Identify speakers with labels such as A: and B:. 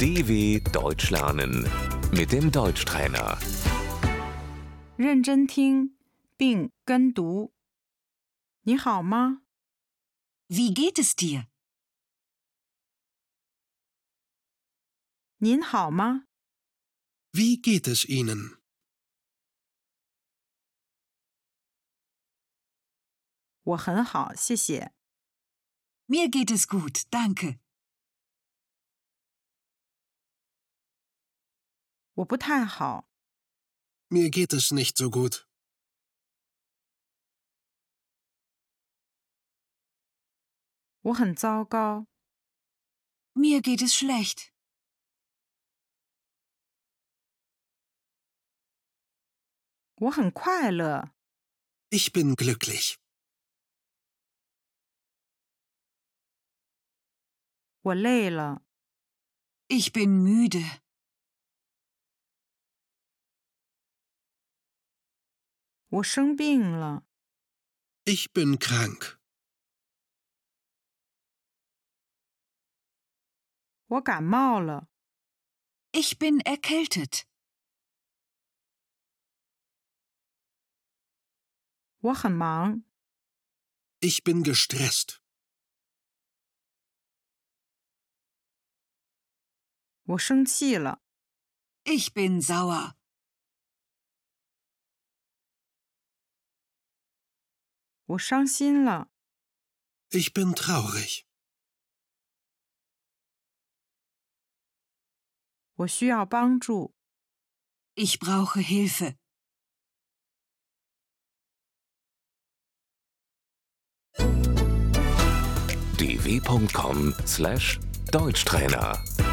A: DW Deutsch lernen mit dem Deutschtrainer.
B: 认真听并跟读。你好吗？
C: Wie geht es dir?
B: 您好吗？
D: Wie geht es Ihnen?
B: 我很好，谢谢。
C: Mir geht es gut, danke.
B: 我不太好，
D: Mir geht es nicht so gut.
B: 我很糟糕，
C: Mir geht es schlecht.
B: 我很快乐，
D: Ich bin glücklich.
B: 我累了，
C: Ich bin müde.
B: 我生病了，
D: Ich bin krank.
B: 我感冒了，
C: Ich bin erkältet.
B: 我很忙，
D: Ich bin gestresst.
B: 我生气了，
C: Ich bin sauer.
B: 我伤心了，
D: Ich bin traurig.
B: 我需要帮助，
C: Ich brauche Hilfe.
A: dw.com/deutschtrainer